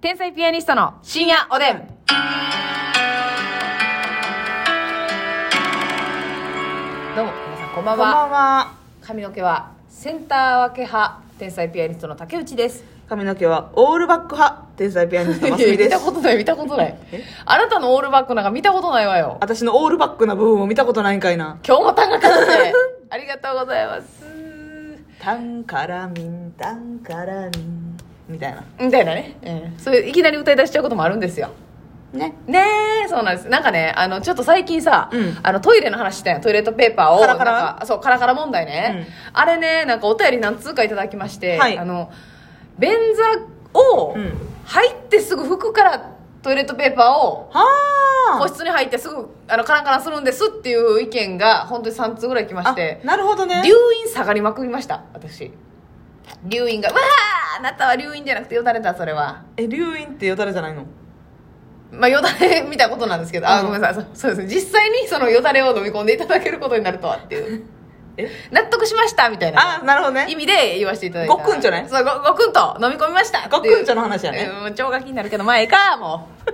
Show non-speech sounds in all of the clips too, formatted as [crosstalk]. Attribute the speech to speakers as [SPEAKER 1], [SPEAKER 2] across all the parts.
[SPEAKER 1] 天才ピアニストの深夜おでん。どうも、皆さんこんばん
[SPEAKER 2] こんば
[SPEAKER 1] は。
[SPEAKER 2] んは。
[SPEAKER 1] 髪の毛はセンター分け派、天才ピアニストの竹内です。
[SPEAKER 2] 髪の毛はオールバック派、天才ピアニストマスミ
[SPEAKER 1] 見
[SPEAKER 2] で
[SPEAKER 1] た
[SPEAKER 2] す
[SPEAKER 1] こ。と [laughs] ない、見たことない。あなたのオールバックなんか見たことないわよ。
[SPEAKER 2] 私のオールバックな部分を見たことないんかいな。
[SPEAKER 1] 今日も高かったね。 [laughs] ありがとうございます。
[SPEAKER 2] タンカラミン、タンカラミン、みたいな。
[SPEAKER 1] みたいなね。うんそういう、いきなり歌い出しちゃうこともあるんですよ。
[SPEAKER 2] ね。
[SPEAKER 1] ねえそうなんですなんかねあのちょっと最近さ、
[SPEAKER 2] うん
[SPEAKER 1] あのトイレの話してんよトイレットペーパーを
[SPEAKER 2] カラカラ
[SPEAKER 1] なんかそうカラカラ問題ね、あれねなんかお便り何通かいただきまして、
[SPEAKER 2] はい
[SPEAKER 1] あの便座を
[SPEAKER 2] うん
[SPEAKER 1] 入ってすぐ服からトイレットペーパーを個
[SPEAKER 2] は
[SPEAKER 1] 室に入ってすぐあのカランカランするんですっていう意見が本当に3通ぐらい来ま
[SPEAKER 2] あ。
[SPEAKER 1] し
[SPEAKER 2] あ
[SPEAKER 1] て、
[SPEAKER 2] なるほどね
[SPEAKER 1] 留。飲下がりまくりました私留飲が「うわああなたは留飲じゃなくてよだれだそれは」
[SPEAKER 2] え、留飲ってよだれじゃないの
[SPEAKER 1] まあ、よだれ見たことなんですけど、あ、
[SPEAKER 2] うん
[SPEAKER 1] ごめんなさい、そうそうですね。実際にそのよだれを飲み込んでいただけることになるとはっていう。
[SPEAKER 2] え
[SPEAKER 1] 納得しましたみたいな
[SPEAKER 2] あ、なるほど
[SPEAKER 1] 意
[SPEAKER 2] ね。
[SPEAKER 1] 味で言わせていただいた。
[SPEAKER 2] ごっくんちょね
[SPEAKER 1] そう、ごごっくんと飲み込みました
[SPEAKER 2] ごっくんちょの話やね
[SPEAKER 1] うん、超が気になるけど、まあええか、も
[SPEAKER 2] [laughs]
[SPEAKER 1] う。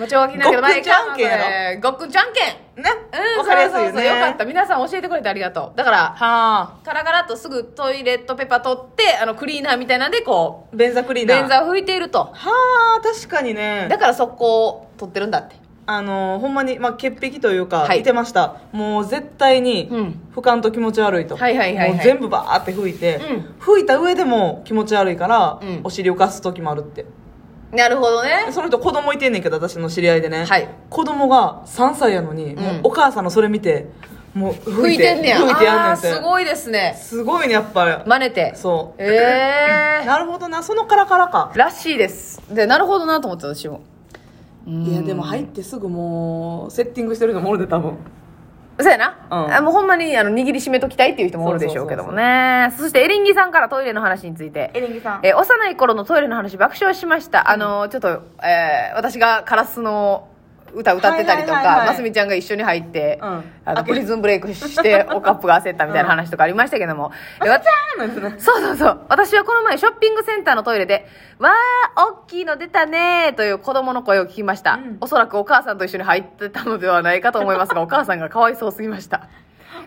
[SPEAKER 1] まあ、超が気になるけど、まあええか。
[SPEAKER 2] ごっくんちょんけんやろ
[SPEAKER 1] まあええごっくんちゃんけん。
[SPEAKER 2] ね。
[SPEAKER 1] うん、
[SPEAKER 2] わかりやすい
[SPEAKER 1] そう
[SPEAKER 2] よ
[SPEAKER 1] そうそう
[SPEAKER 2] ね。
[SPEAKER 1] よかった。皆さん教えてくれてありがとう。だから、
[SPEAKER 2] はあ。
[SPEAKER 1] カラカラっとすぐトイレットペーパー取って、あの、クリーナーみたいなんで、こ
[SPEAKER 2] 便座クリ
[SPEAKER 1] う、
[SPEAKER 2] ーナー。
[SPEAKER 1] 便座を拭いていると。
[SPEAKER 2] はあ、確かにね
[SPEAKER 1] だ。から速攻を取ってるんだって。
[SPEAKER 2] あのー、ほんまに、まあ、潔癖というか、
[SPEAKER 1] はい
[SPEAKER 2] い、てました。もう絶対に、
[SPEAKER 1] うん
[SPEAKER 2] 俯瞰と気持ち悪いと。
[SPEAKER 1] はいはいはいはい
[SPEAKER 2] もう全部バーって吹いて、
[SPEAKER 1] うん
[SPEAKER 2] 吹いた上でも気持ち悪いから、
[SPEAKER 1] うん
[SPEAKER 2] お尻浮かす時もあるって。
[SPEAKER 1] なるほどね
[SPEAKER 2] で。その人子供いてんねんけど、私の知り合いでね。
[SPEAKER 1] はい
[SPEAKER 2] 子供が3歳やのに、もうお母さんのそれ見て、もう
[SPEAKER 1] 拭
[SPEAKER 2] 吹
[SPEAKER 1] い
[SPEAKER 2] いて、
[SPEAKER 1] てんねや
[SPEAKER 2] 吹いてやんねん
[SPEAKER 1] あー
[SPEAKER 2] って。
[SPEAKER 1] すごいですね
[SPEAKER 2] すごいね、やっぱり。
[SPEAKER 1] 真似て
[SPEAKER 2] そ
[SPEAKER 1] え
[SPEAKER 2] う。
[SPEAKER 1] え
[SPEAKER 2] なるほどな、そのカラカラか。
[SPEAKER 1] らしいですでなるほどなと思ってた私も
[SPEAKER 2] いや、でも入ってすぐもう、セッティングしてるのもおるで、多分。
[SPEAKER 1] そうやな、
[SPEAKER 2] うん
[SPEAKER 1] あもうほんまにあの握りしめときたいっていう人もおるでしょうけどもねそしてエリンギさんからトイレの話について
[SPEAKER 2] エリンギさん
[SPEAKER 1] えー幼い頃のトイレの話爆笑しました、あのーちょっと、えー私がカラスの歌歌ってたりと
[SPEAKER 2] はいはいはい
[SPEAKER 1] か
[SPEAKER 2] はい
[SPEAKER 1] 真澄ちゃんが一緒に入って、
[SPEAKER 2] うん
[SPEAKER 1] あのプリズンブレイクしておカップが焦ったみたいな話とかありましたけども、えわ
[SPEAKER 2] なんですね。
[SPEAKER 1] そうそうそう。私はこの前ショッピングセンターのトイレで、わー、大きいの出たねーという子供の声を聞きました、
[SPEAKER 2] うん
[SPEAKER 1] おそらくお母さんと一緒に入ってたのではないかと思います
[SPEAKER 2] [laughs]
[SPEAKER 1] が、お母さんがかわいそうすぎました。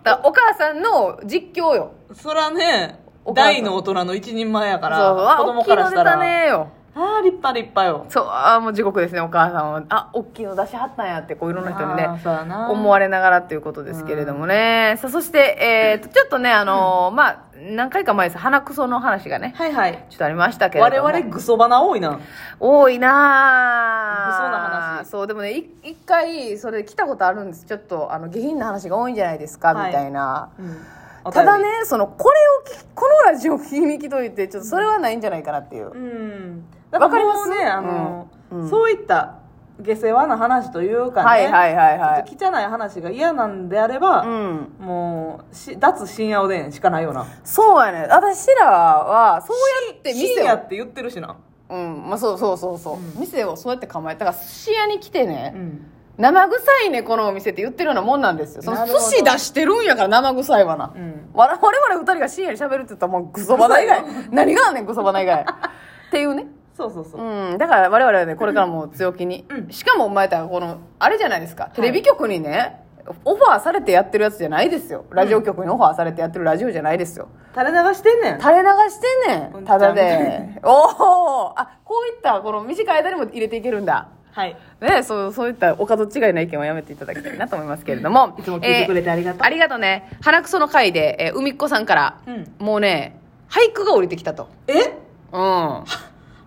[SPEAKER 1] だからお母さんの実況よ。
[SPEAKER 2] そらね
[SPEAKER 1] お母さん
[SPEAKER 2] 大の大人の一人前やか
[SPEAKER 1] そう、
[SPEAKER 2] ら
[SPEAKER 1] わ
[SPEAKER 2] 子
[SPEAKER 1] ー、大
[SPEAKER 2] 供
[SPEAKER 1] きい
[SPEAKER 2] か
[SPEAKER 1] の
[SPEAKER 2] ら
[SPEAKER 1] 出
[SPEAKER 2] したら
[SPEAKER 1] たねーよ。
[SPEAKER 2] ああ立派立派よ
[SPEAKER 1] そう、あーもう地獄ですね、お母さんは。あ、大きいの出しはったんやって、こういろんな人に
[SPEAKER 2] あー
[SPEAKER 1] ね
[SPEAKER 2] そうや。な
[SPEAKER 1] 思われながらということですけれどもね。さあ、そして、えーと、ちょっとね、あのーまあ、何回か前です。鼻くその話がね、
[SPEAKER 2] はいはい
[SPEAKER 1] ちょっとありましたけれど
[SPEAKER 2] 我
[SPEAKER 1] も。
[SPEAKER 2] 々グソバナ多いな
[SPEAKER 1] 多いなぁ
[SPEAKER 2] 不相な話
[SPEAKER 1] そうでもねい一回それ来たことあるんですちょっとあの下品な話が多いんじゃないですか、
[SPEAKER 2] はい
[SPEAKER 1] みたいな
[SPEAKER 2] お便り
[SPEAKER 1] ただねそのこれを聞きこのラジオを聞きに来といてちょっとそれはないんじゃないかなっていう、
[SPEAKER 2] うんだからもうね
[SPEAKER 1] わか
[SPEAKER 2] あ
[SPEAKER 1] ります
[SPEAKER 2] の
[SPEAKER 1] うんうん
[SPEAKER 2] そういった下世話な話というかね
[SPEAKER 1] はいはいはいは
[SPEAKER 2] ち
[SPEAKER 1] い
[SPEAKER 2] ょっと汚い話が嫌なんであれ
[SPEAKER 1] う
[SPEAKER 2] ば
[SPEAKER 1] ん
[SPEAKER 2] もうし脱深夜おでんしかないよな
[SPEAKER 1] そうやね私らはそうやって
[SPEAKER 2] 深
[SPEAKER 1] 店
[SPEAKER 2] 夜
[SPEAKER 1] を
[SPEAKER 2] って言ってるしな
[SPEAKER 1] うんまあそうそうそうそう、店をそうやって構えただから寿司屋に来てね、
[SPEAKER 2] うん
[SPEAKER 1] 生臭いねこのお店って言ってるようなもんなんですよその
[SPEAKER 2] なるほど
[SPEAKER 1] 寿司出してるんやから生臭いわな、
[SPEAKER 2] うん
[SPEAKER 1] わ我々二人が深夜に喋るって言ったらもうグソバナ以外何があんねんグソバナ以外っていうね
[SPEAKER 2] そうそうそう
[SPEAKER 1] うんだから我々はねこれからも強気に、
[SPEAKER 2] うん
[SPEAKER 1] しかもお前たらこのあれじゃないですかテレビ局にね、オファーされてやってるやつじゃないですよラジオ局にオファーされてやってるラジオじゃないですよ、
[SPEAKER 2] 垂れ流してんねん
[SPEAKER 1] 垂れ流してんね
[SPEAKER 2] うんん
[SPEAKER 1] ただ
[SPEAKER 2] ちゃんみ
[SPEAKER 1] でおおあこういったこの短い間にも入れていけるんだ
[SPEAKER 2] はい
[SPEAKER 1] ね、そうそういったお門違いな意見はやめていただきたいなと思いますけれども
[SPEAKER 2] いつも聞いてくれてありがとう
[SPEAKER 1] えーありがとうね鼻くその回で、えー海っ子さんから、
[SPEAKER 2] うん
[SPEAKER 1] もうね俳句が降りてきたと
[SPEAKER 2] え
[SPEAKER 1] うん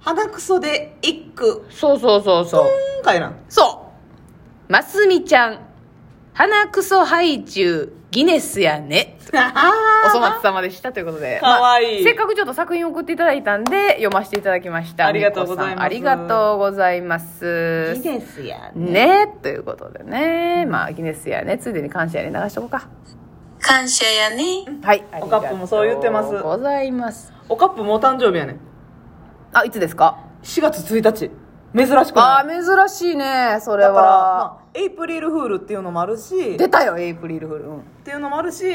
[SPEAKER 2] 鼻くそで一句
[SPEAKER 1] そうそうそうそう
[SPEAKER 2] 今
[SPEAKER 1] [laughs]
[SPEAKER 2] 回なん
[SPEAKER 1] そうますみちゃん鼻くそ配中ギネスやねお粗末様でしたということで
[SPEAKER 2] かわいい
[SPEAKER 1] まあせっかくちょっと作品を送っていただいたんで読ませていただきました
[SPEAKER 2] ありがとうございます
[SPEAKER 1] 海っ子さんありがとうございます
[SPEAKER 2] ギネスやね
[SPEAKER 1] ねということでね、まあギネスやねついでに感謝やね流しとこうか
[SPEAKER 3] 感謝やね。
[SPEAKER 1] はい
[SPEAKER 2] おカップもそう言ってます
[SPEAKER 1] ありがとうございます
[SPEAKER 2] おカップもお誕生日やねん
[SPEAKER 1] あいつですか
[SPEAKER 2] 4月1日珍しく
[SPEAKER 1] あ
[SPEAKER 2] ない
[SPEAKER 1] ー珍しいねそれ
[SPEAKER 2] だから、
[SPEAKER 1] は
[SPEAKER 2] まあ、エイプリルフールっていうのもあるし
[SPEAKER 1] 出たよエイプリルフール、うん
[SPEAKER 2] っていうのもあるし、
[SPEAKER 1] ん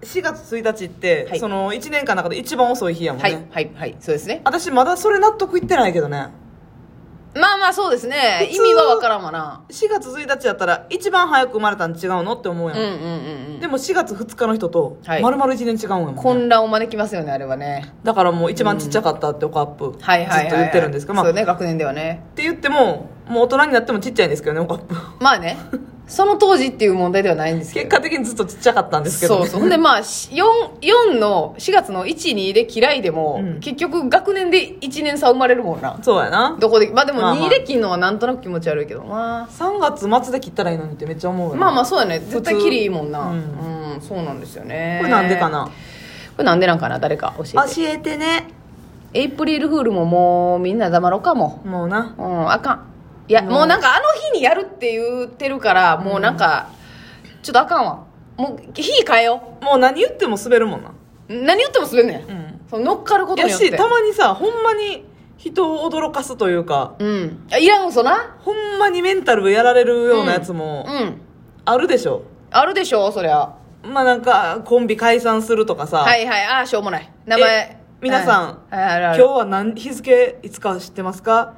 [SPEAKER 2] 4月1日って、
[SPEAKER 1] はい
[SPEAKER 2] その1年間の中で一番遅い日やもん
[SPEAKER 1] はい
[SPEAKER 2] ね、
[SPEAKER 1] はいはいそうですね
[SPEAKER 2] 私まだそれ納得いってないけどね
[SPEAKER 1] まあまあそうですね
[SPEAKER 2] 普
[SPEAKER 1] 意
[SPEAKER 2] 通
[SPEAKER 1] 味はわからんわな
[SPEAKER 2] 4月1日やったら一番早く生まれたん違うのって思
[SPEAKER 1] う
[SPEAKER 2] うや
[SPEAKER 1] ん
[SPEAKER 2] ん、
[SPEAKER 1] うんうんうん
[SPEAKER 2] でも4月2日の人と
[SPEAKER 1] はい
[SPEAKER 2] 丸々1年違うんやもんね、
[SPEAKER 1] 混乱を招きますよねあれはね
[SPEAKER 2] だからもう一番ちっちゃかったっておカップ、ず
[SPEAKER 1] はいはいはい、はい、
[SPEAKER 2] っと言ってるんですけど、まあ
[SPEAKER 1] そうね学年ではね
[SPEAKER 2] って言ってももう大人になってもちっちゃいんですけどねおカッ
[SPEAKER 1] [laughs]
[SPEAKER 2] プ
[SPEAKER 1] まあ
[SPEAKER 2] [laughs]
[SPEAKER 1] ねその当時っていう問題ではないんですけ
[SPEAKER 2] 結
[SPEAKER 1] ど
[SPEAKER 2] 果的にずっとちっちゃかったんですけど、
[SPEAKER 1] そう
[SPEAKER 2] ね、
[SPEAKER 1] そうほんでまあ 4, 4の4月の12で嫌いでも、
[SPEAKER 2] うん
[SPEAKER 1] 結局学年で1年差生まれるもんな
[SPEAKER 2] そうやな
[SPEAKER 1] どこでまあでも
[SPEAKER 2] まあまあ
[SPEAKER 1] 2で切るのはなんとなく気持ち悪いけどな
[SPEAKER 2] 3月末で切ったらいいのにってめっちゃ思うよな
[SPEAKER 1] まあまあそうやね絶対キリいいもんな
[SPEAKER 2] う
[SPEAKER 1] うん、そうなんですよね
[SPEAKER 2] これなんでかな、
[SPEAKER 1] これなんでなんかな誰か教えて
[SPEAKER 2] えてね
[SPEAKER 1] エイプリルフールももうみんな黙ろうかも
[SPEAKER 2] もうな
[SPEAKER 1] ううんあかんいや
[SPEAKER 2] うん
[SPEAKER 1] もうなんかあの日にやるって言ってるからもうなんかちょっとあかんわもう日変えよ
[SPEAKER 2] もう何言っても滑るもんな
[SPEAKER 1] う何言っても滑んねん、
[SPEAKER 2] うん
[SPEAKER 1] その乗っかること
[SPEAKER 2] や
[SPEAKER 1] によって
[SPEAKER 2] したまにさほんまに人を驚かすというか
[SPEAKER 1] うんあいらん嘘な
[SPEAKER 2] ほんまにメンタルやられるようなやつも
[SPEAKER 1] うん
[SPEAKER 2] あるでしょ、
[SPEAKER 1] あるでしょそりゃ
[SPEAKER 2] まあなんかコンビ解散するとかさ、
[SPEAKER 1] はいはいああしょうもない名前
[SPEAKER 2] え皆さん
[SPEAKER 1] はいはいあるあ
[SPEAKER 2] 今
[SPEAKER 1] る
[SPEAKER 2] 日は何日付いつか知ってますか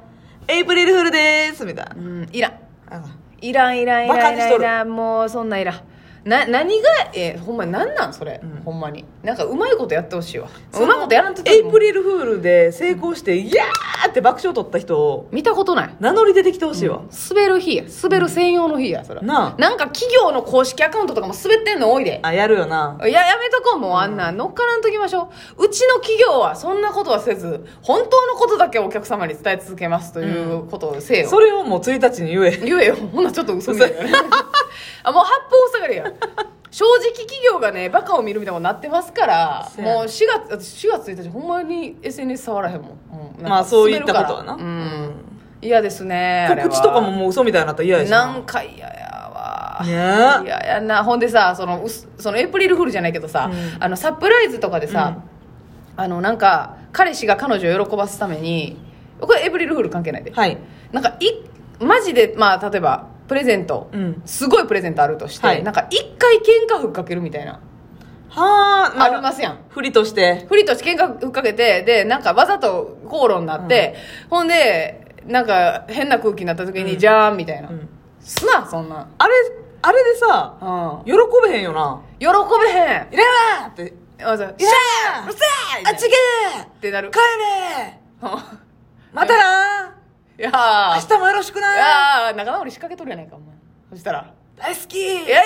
[SPEAKER 2] エイプリルフールですみたいな
[SPEAKER 1] うんいらん
[SPEAKER 2] あ
[SPEAKER 1] いらんいらんい
[SPEAKER 2] バ
[SPEAKER 1] ら
[SPEAKER 2] カ
[SPEAKER 1] んい
[SPEAKER 2] にし
[SPEAKER 1] ら
[SPEAKER 2] と
[SPEAKER 1] ん
[SPEAKER 2] る
[SPEAKER 1] いらんもうそんないらんな何がえほんまに何なんそれ、
[SPEAKER 2] うん
[SPEAKER 1] ほんまになんかうまいことやってほしいわ
[SPEAKER 2] そう
[SPEAKER 1] まいことやらんと
[SPEAKER 2] エイプ
[SPEAKER 1] リ
[SPEAKER 2] リルフールで成功して、いやーって爆笑取った人を
[SPEAKER 1] 見たことない
[SPEAKER 2] 名乗り出てきてほしいわ、
[SPEAKER 1] 滑る日や滑る専用の日やそれ
[SPEAKER 2] なあ
[SPEAKER 1] なんか企業の公式アカウントとかも滑ってんの多いで
[SPEAKER 2] あやるよない
[SPEAKER 1] ややめとこうもうあんな乗っからんときましょううちの企業はそんなことはせず本当のことだけお客様に伝え続けますということをせよ、
[SPEAKER 2] それをもう1日に言え
[SPEAKER 1] 言えよほんならちょっと嘘みたいな [laughs] あもう八方塞がりや正直企業がねバカを見るみたいなことになってますから
[SPEAKER 2] そうや
[SPEAKER 1] もう4月私4月1日ほんまに SNS 触らへんもん、うん
[SPEAKER 2] まあそういったことはな
[SPEAKER 1] うん嫌ですねあれは
[SPEAKER 2] 告知とかももう嘘みたいになったら嫌やしな
[SPEAKER 1] 何回ややわ
[SPEAKER 2] ねえ
[SPEAKER 1] いややなほんでさそのうすそのエイプリルフールじゃないけどさ、
[SPEAKER 2] うん
[SPEAKER 1] あのサプライズとかでさ、あのなんか彼氏が彼女を喜ばすためにこれエイプリルフール関係ないで、
[SPEAKER 2] はい
[SPEAKER 1] なんかいマジでまあ例えばプレゼント、
[SPEAKER 2] うん
[SPEAKER 1] すごいプレゼントあるとして、
[SPEAKER 2] はい
[SPEAKER 1] なんか一回喧嘩ふっかけるみたいな、
[SPEAKER 2] はあ、
[SPEAKER 1] あ、りますやん
[SPEAKER 2] ふりとして
[SPEAKER 1] 不利として喧嘩ふっかけてでなんかわざと口論になって、ほんでなんか変な空気になった時に、
[SPEAKER 2] うん
[SPEAKER 1] じゃーんみたいな、
[SPEAKER 2] ん
[SPEAKER 1] すなそんな
[SPEAKER 2] あれあれでさ
[SPEAKER 1] うん
[SPEAKER 2] 喜べへんよな
[SPEAKER 1] 喜べへん
[SPEAKER 2] いらーって
[SPEAKER 1] まず「
[SPEAKER 2] い
[SPEAKER 1] シ
[SPEAKER 2] ら
[SPEAKER 1] ャーう
[SPEAKER 2] ー
[SPEAKER 1] るせえ!」
[SPEAKER 2] あちげー
[SPEAKER 1] ってなる [laughs]
[SPEAKER 2] 帰れ
[SPEAKER 1] うん
[SPEAKER 2] ーまたな
[SPEAKER 1] 「いやー
[SPEAKER 2] ー明日もよろしく
[SPEAKER 1] い
[SPEAKER 2] なー
[SPEAKER 1] やー仲直り仕掛けとるやないかお前そしたら
[SPEAKER 2] 大好
[SPEAKER 1] 「
[SPEAKER 2] き
[SPEAKER 1] いやいやいやいや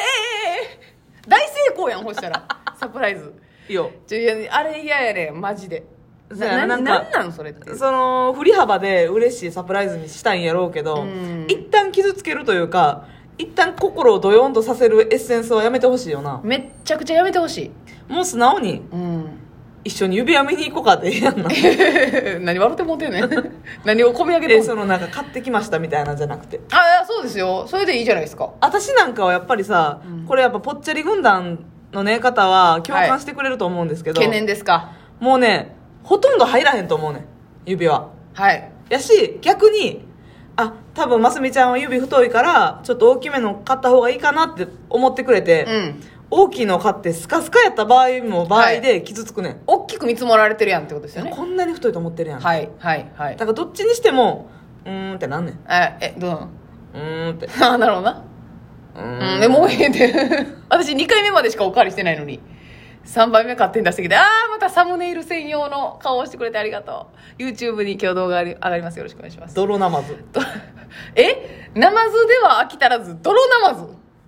[SPEAKER 1] 大成功やんほしたらサプライズ
[SPEAKER 2] いいよ
[SPEAKER 1] ちょいやあれ嫌やねんマジで
[SPEAKER 2] そうや
[SPEAKER 1] なな
[SPEAKER 2] ななんか
[SPEAKER 1] なんなんそれって
[SPEAKER 2] その振り幅で嬉しいサプライズにしたいんやろうけど、
[SPEAKER 1] うん
[SPEAKER 2] 一旦傷つけるというか一旦心をドヨンとさせるエッセンスはやめてほしいよな
[SPEAKER 1] めっちゃくちゃやめてほしい
[SPEAKER 2] もう素直に
[SPEAKER 1] うん [laughs]
[SPEAKER 2] 一緒に指輪見に行こうかでええやんな
[SPEAKER 1] 何笑ってもうてんね [laughs] ん何をこみ上げ
[SPEAKER 2] え
[SPEAKER 1] てん
[SPEAKER 2] そ
[SPEAKER 1] の
[SPEAKER 2] のなんか買ってきましたみたいなんじゃなくて
[SPEAKER 1] あいやそうですよそれでいいじゃないですか
[SPEAKER 2] 私なんかはやっぱりさ、これやっぱぽっちゃり軍団のね方は共
[SPEAKER 1] は
[SPEAKER 2] 感
[SPEAKER 1] い
[SPEAKER 2] してくれると思うんですけど、
[SPEAKER 1] 懸念ですか
[SPEAKER 2] もうねほとんど入らへんと思うねん指輪
[SPEAKER 1] はい
[SPEAKER 2] やし逆にあ多分ますみちゃんは指太いからちょっと大きめの買った方がいいかなって思ってくれて、
[SPEAKER 1] うん
[SPEAKER 2] 大きいの買ってスカスカやった場合も場合で傷つくねん、
[SPEAKER 1] 大きく見積もられてるやんってことですよね
[SPEAKER 2] こんなに太いと思ってるやん、
[SPEAKER 1] はいはいはい
[SPEAKER 2] だからどっちにしてもうーんってなんねんう
[SPEAKER 1] ええどうなの [laughs]
[SPEAKER 2] ーんって
[SPEAKER 1] あなるほどな
[SPEAKER 2] う
[SPEAKER 1] う
[SPEAKER 2] ー
[SPEAKER 1] ん、でもうええで [laughs] 私2回目までしかおかわりしてないのに3杯目勝手に出してきてああまたサムネイル専用の顔をしてくれてありがとう YouTube に今日動画あり上がりますよろしくお願いします
[SPEAKER 2] 泥ナマズ
[SPEAKER 1] とえナマズでは飽き足らず泥ナマズ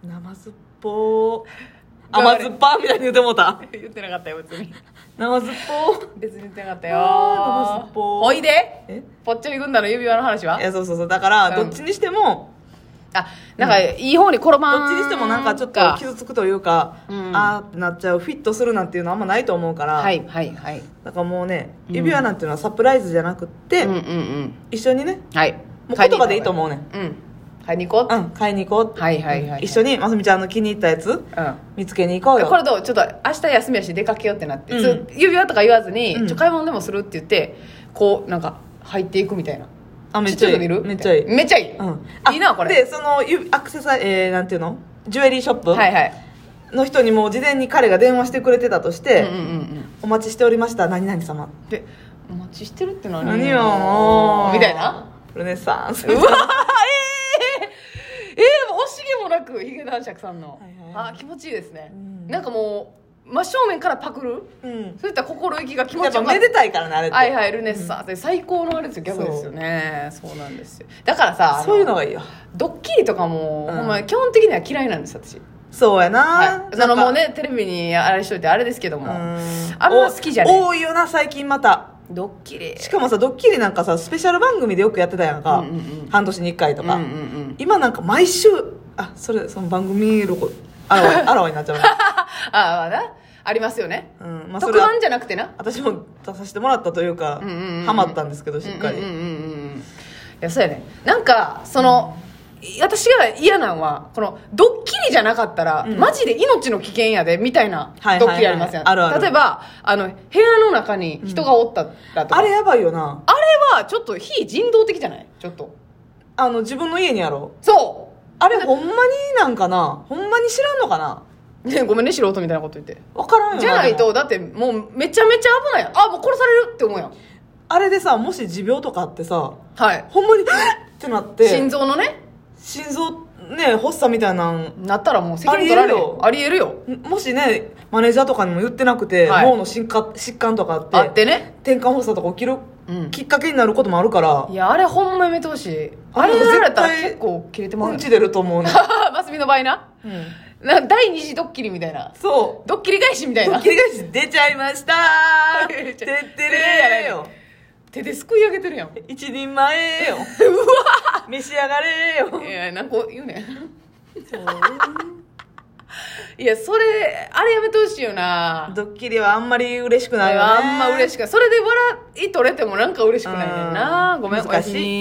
[SPEAKER 2] ナマズっぽー
[SPEAKER 1] [laughs] 頑張
[SPEAKER 2] 甘
[SPEAKER 1] れ
[SPEAKER 2] 酸っぱみたいに言ってもう
[SPEAKER 1] [laughs]
[SPEAKER 2] た
[SPEAKER 1] 言ってなかったよ別に
[SPEAKER 2] 生ずっぽ
[SPEAKER 1] 別に言ってなかったよ
[SPEAKER 2] あーナマズっぽ
[SPEAKER 1] おいで
[SPEAKER 2] え
[SPEAKER 1] ぽっちゃり軍団の指輪の話はい
[SPEAKER 2] やそうそうそうだから
[SPEAKER 1] うん
[SPEAKER 2] どっちにしても、
[SPEAKER 1] あなんかいい方に転ば
[SPEAKER 2] ど
[SPEAKER 1] ん
[SPEAKER 2] っちにしてもなんかちょっと傷つくというか、
[SPEAKER 1] うん
[SPEAKER 2] あーってなっちゃうフィットするなんていうのあんまないと思うから、
[SPEAKER 1] はいはいはい
[SPEAKER 2] だからもうね
[SPEAKER 1] うん
[SPEAKER 2] 指輪なんていうのはサプライズじゃなくって、
[SPEAKER 1] うんうんうん
[SPEAKER 2] 一緒にね
[SPEAKER 1] はい
[SPEAKER 2] もう言葉でいいと
[SPEAKER 1] う
[SPEAKER 2] 思うねん
[SPEAKER 1] うん買いに行こう
[SPEAKER 2] うん買いに行こうって、
[SPEAKER 1] はいはいはいはい
[SPEAKER 2] 一緒にますみちゃんの気に入ったやつ
[SPEAKER 1] うん
[SPEAKER 2] 見つけに行こうよ
[SPEAKER 1] これどうちょっと明日休みやし出かけようってなって、
[SPEAKER 2] うん
[SPEAKER 1] つ指輪とか言わずに、
[SPEAKER 2] うん
[SPEAKER 1] ちょ買い物でもするって言ってこうなんか入っていくみたいな
[SPEAKER 2] あめっちゃ
[SPEAKER 1] ちょ
[SPEAKER 2] いい
[SPEAKER 1] っと見る
[SPEAKER 2] めっちゃいい、
[SPEAKER 1] めっちゃいい、
[SPEAKER 2] うん、
[SPEAKER 1] いいなこれ
[SPEAKER 2] でそのゆアクセサリー、えーなんていうのジュエリーショップ
[SPEAKER 1] はいはい
[SPEAKER 2] の人にもう事前に彼が電話してくれてたと
[SPEAKER 1] う
[SPEAKER 2] して、
[SPEAKER 1] んうんうんうん
[SPEAKER 2] お待ちしておりました何々様
[SPEAKER 1] でお待ちしてるって何
[SPEAKER 2] 何よもう
[SPEAKER 1] みたいな
[SPEAKER 2] うルネサンス
[SPEAKER 1] うわーええええ惜しげもなくヒゲ男爵さんの、
[SPEAKER 2] はいはい
[SPEAKER 1] あ気持ちいいですね、
[SPEAKER 2] うん
[SPEAKER 1] なんかもう真正面からパクる
[SPEAKER 2] うん
[SPEAKER 1] そういった心意気が気持
[SPEAKER 2] やっ
[SPEAKER 1] ちよ
[SPEAKER 2] ぱ
[SPEAKER 1] かっ
[SPEAKER 2] めでたいからねあれって、
[SPEAKER 1] たはいはいルネッサーって最高のあれですよギャグですよねそうなんですよだからさあの
[SPEAKER 2] そういうのがいいよ
[SPEAKER 1] ドッキリとかも、
[SPEAKER 2] うん
[SPEAKER 1] ほんま基本的には嫌いなんです私、
[SPEAKER 2] そうやな、
[SPEAKER 1] はい、
[SPEAKER 2] な
[SPEAKER 1] そ
[SPEAKER 2] んか
[SPEAKER 1] のもうねテレビにあれしといてあれですけど
[SPEAKER 2] う
[SPEAKER 1] も、
[SPEAKER 2] ん
[SPEAKER 1] あんま好きじゃね
[SPEAKER 2] お多いよな最近また
[SPEAKER 1] ドッキリ
[SPEAKER 2] しかもさドッキリなんかさスペシャル番組でよくやってたやんか、
[SPEAKER 1] うんうんうん
[SPEAKER 2] 半年に1回とか、
[SPEAKER 1] うんうんうん
[SPEAKER 2] 今なんか毎週あそれその番組ロゴあら
[SPEAKER 1] [laughs]
[SPEAKER 2] わあらわになっちゃうな、
[SPEAKER 1] ああなありますよね、
[SPEAKER 2] うんまあ、そ
[SPEAKER 1] 特
[SPEAKER 2] れは
[SPEAKER 1] 番じゃなくてな
[SPEAKER 2] 私も出させてもらったというか、
[SPEAKER 1] うんうんうんうん
[SPEAKER 2] ハマったんですけどしっかり、
[SPEAKER 1] うんうんうんうんうんいやそうやねなんかその、私が嫌なんはこのドッキリじゃなかったら、
[SPEAKER 2] うん
[SPEAKER 1] マジで命の危険やでみたいな
[SPEAKER 2] はいはいはい
[SPEAKER 1] ドッキリありますやん、
[SPEAKER 2] あるある
[SPEAKER 1] 例えばあの部屋の中に人がおったらとか、
[SPEAKER 2] あれやばいよな
[SPEAKER 1] あれはちょっと非人道的じゃないちょっと
[SPEAKER 2] あの自分の家にやろ
[SPEAKER 1] そう
[SPEAKER 2] あれほんまになんかなほんまに知らんのかな
[SPEAKER 1] う、ね、ごめんね素人みたいなこと言って
[SPEAKER 2] わからんよな
[SPEAKER 1] じゃない
[SPEAKER 2] で
[SPEAKER 1] と
[SPEAKER 2] も
[SPEAKER 1] だってもうめちゃめちゃ危ないあもう殺されるって思うやん
[SPEAKER 2] あれでさもし持病とかあってさ
[SPEAKER 1] はい
[SPEAKER 2] ほんまに [gasps] ってなって
[SPEAKER 1] 心臓のね
[SPEAKER 2] 心臓ね発作みたいなん
[SPEAKER 1] なったらもう責任取られるありえるよ
[SPEAKER 2] もしねマネージャーとかにも言ってなくて、
[SPEAKER 1] はい
[SPEAKER 2] 脳の疾患疾患とかあって
[SPEAKER 1] あってね
[SPEAKER 2] 転換発作とか起きる、
[SPEAKER 1] うん
[SPEAKER 2] きっかけになることもあるから
[SPEAKER 1] いやあれほんまやめてほしい
[SPEAKER 2] あ
[SPEAKER 1] あ
[SPEAKER 2] れ
[SPEAKER 1] れやられたら
[SPEAKER 2] 絶対
[SPEAKER 1] 結構切れてもら
[SPEAKER 2] う
[SPEAKER 1] うんよ
[SPEAKER 2] ち出ると思う
[SPEAKER 1] [laughs]
[SPEAKER 2] ね、
[SPEAKER 1] マスミの場合な
[SPEAKER 2] うん
[SPEAKER 1] な第二次ドッキリみたいな
[SPEAKER 2] そ
[SPEAKER 1] ドッキリ返しみた
[SPEAKER 2] う
[SPEAKER 1] いな
[SPEAKER 2] ドッキリ返し出ちゃいましたー
[SPEAKER 1] 出
[SPEAKER 2] てっ
[SPEAKER 1] [laughs] ち
[SPEAKER 2] て
[SPEAKER 1] ゃい
[SPEAKER 2] れーよ
[SPEAKER 1] 手ですくい上げてるやん
[SPEAKER 2] 一人前
[SPEAKER 1] [laughs]
[SPEAKER 2] よ召し上がれよ
[SPEAKER 1] いやなんか言うねんいやそれあれやめてほしいよな
[SPEAKER 2] ドッキリはあんまり嬉しくないよね
[SPEAKER 1] あんま嬉しくないそれで笑い取れてもなんか嬉しくないねんなごめんおや
[SPEAKER 2] 難
[SPEAKER 1] す
[SPEAKER 2] しい
[SPEAKER 1] み